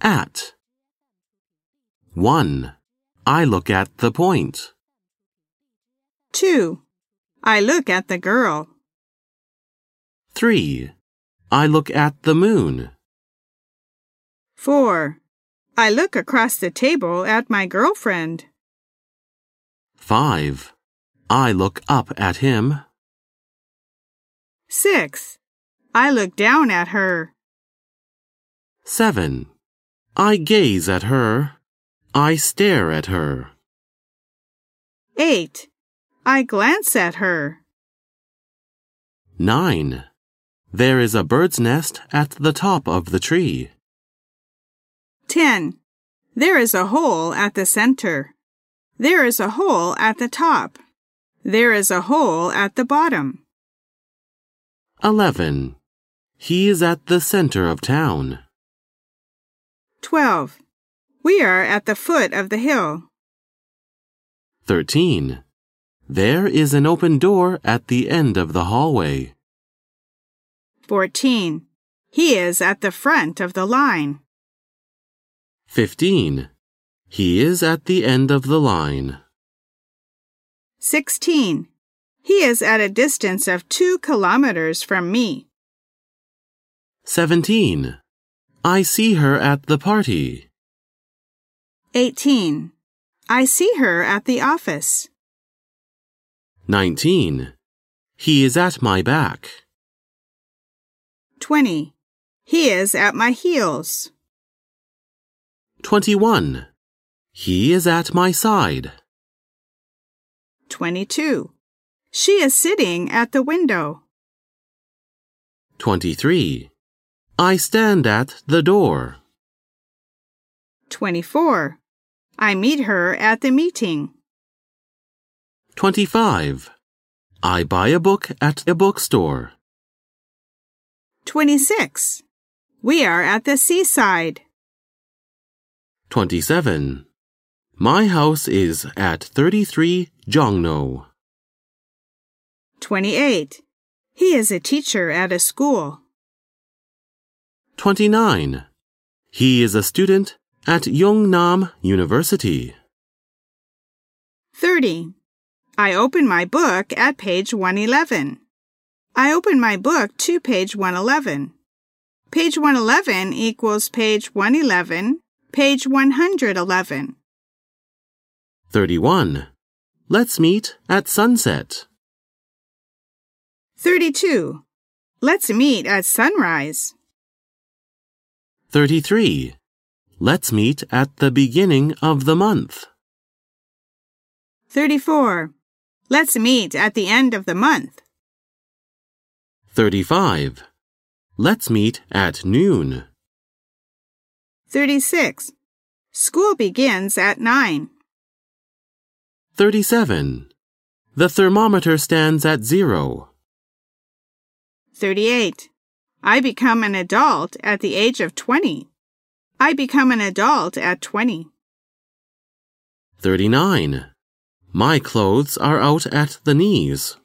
At 1. I look at the point. 2. I look at the girl. 3. I look at the moon. 4. I look across the table at my girlfriend. 5. I look up at him. 6. I look down at her. 7. I gaze at her. I stare at her. 8. I glance at her. 9. There is a bird's nest at the top of the tree. 10. There is a hole at the center. There is a hole at the top. There is a hole at the bottom. 11. He is at the center of town. 12. We are at the foot of the hill. 13. There is an open door at the end of the hallway. 14. He is at the front of the line. 15. He is at the end of the line. 16. He is at a distance of 2 kilometers from me. 17. I see her at the party. 18. I see her at the office. 19. He is at my back. 20. He is at my heels. 21. He is at my side. 22. She is sitting at the window. 23. I stand at the door. 24. I meet her at the meeting. 25. I buy a book at a bookstore. 26. We are at the seaside. 27. My house is at 33 Jongno. 28. He is a teacher at a school. 29. He is a student at Yongnam University. 30. I open my book at page 111. I open my book to page 111. Page 111 equals page 111, page 111. 31. Let's meet at sunset. 32. Let's meet at sunrise. 33. Let's meet at the beginning of the month. 34. Let's meet at the end of the month. 35. Let's meet at noon. 36. School begins at 9. 37. The thermometer stands at zero. 38. I become an adult at the age of 20. I become an adult at 20. 39. My clothes are out at the knees.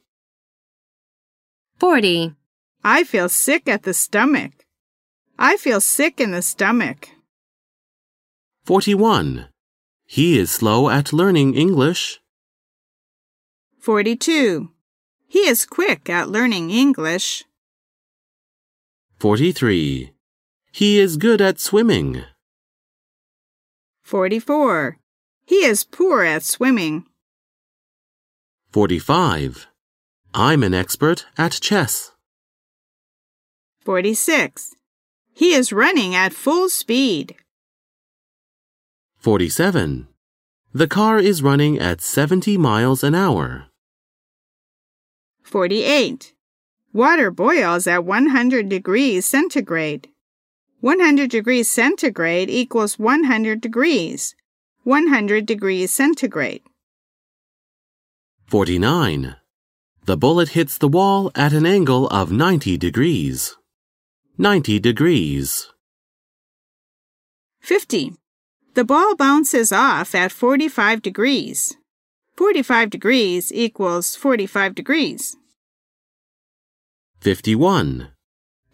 40. I feel sick at the stomach. I feel sick in the stomach. 41. He is slow at learning English. 42. He is quick at learning English. 43. He is good at swimming. 44. He is poor at swimming. 45. I'm an expert at chess. 46. He is running at full speed. 47. The car is running at 70 miles an hour. 48. Water boils at 100 degrees centigrade. 100 degrees centigrade equals 100 degrees. 100 degrees centigrade. 49. The bullet hits the wall at an angle of 90 degrees. 90 degrees. 50. The ball bounces off at 45 degrees. 45 degrees equals 45 degrees. 51.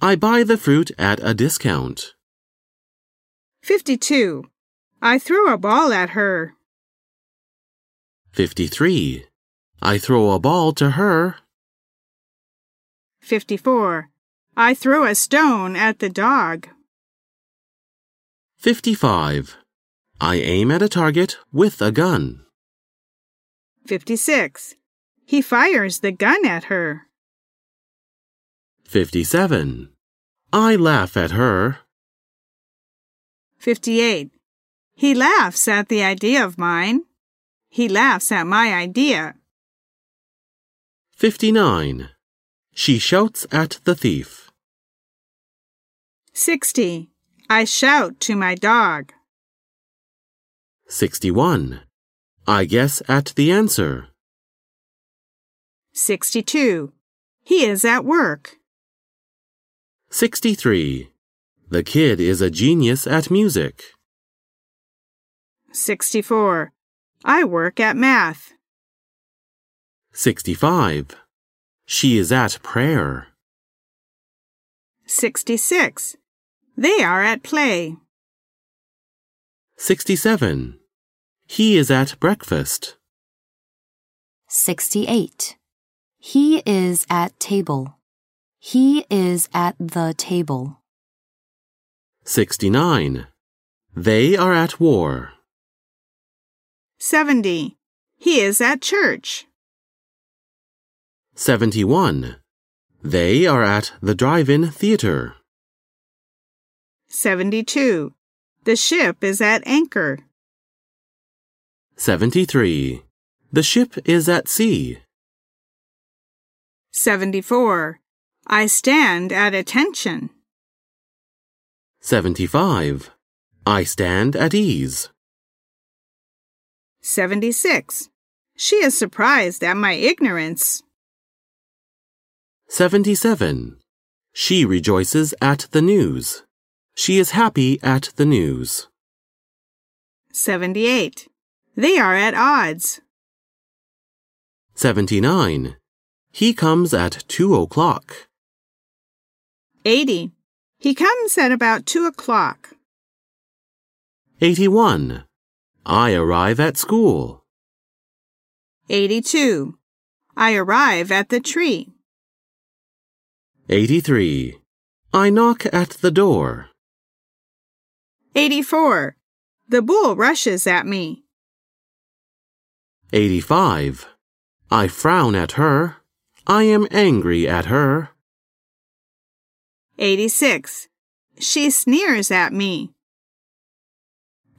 I buy the fruit at a discount. 52. I threw a ball at her. 53. I throw a ball to her. 54. I threw a stone at the dog. 55. I aim at a target with a gun. 56. He fires the gun at her. 57. I laugh at her. 58. He laughs at the idea of mine. He laughs at my idea. 59. She shouts at the thief. 60. I shout to my dog. 61. I guess at the answer. 62. He is at work. 63. The kid is a genius at music. 64. I work at math. 65. She is at prayer. 66. They are at play. 67. He is at breakfast. 68. He is at table. He is at the table. 69. They are at war. 70. He is at church. 71. They are at the drive in theater. 72. The ship is at anchor. 73. The ship is at sea. 74. I stand at attention. 75. I stand at ease. 76. She is surprised at my ignorance. 77. She rejoices at the news. She is happy at the news. 78. They are at odds. 79. He comes at two o'clock. 80. He comes at about 2 o'clock. 81. I arrive at school. 82. I arrive at the tree. 83. I knock at the door. 84. The bull rushes at me. 85. I frown at her. I am angry at her. 86. She sneers at me.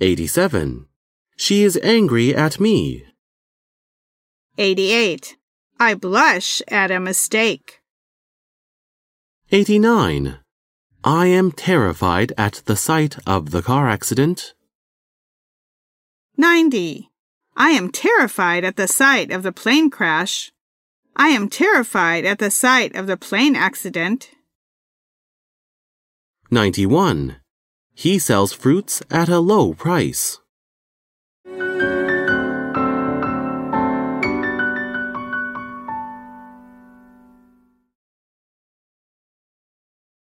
87. She is angry at me. 88. I blush at a mistake. 89. I am terrified at the sight of the car accident. 90. I am terrified at the sight of the plane crash. I am terrified at the sight of the plane accident. 91. He sells fruits at a low price.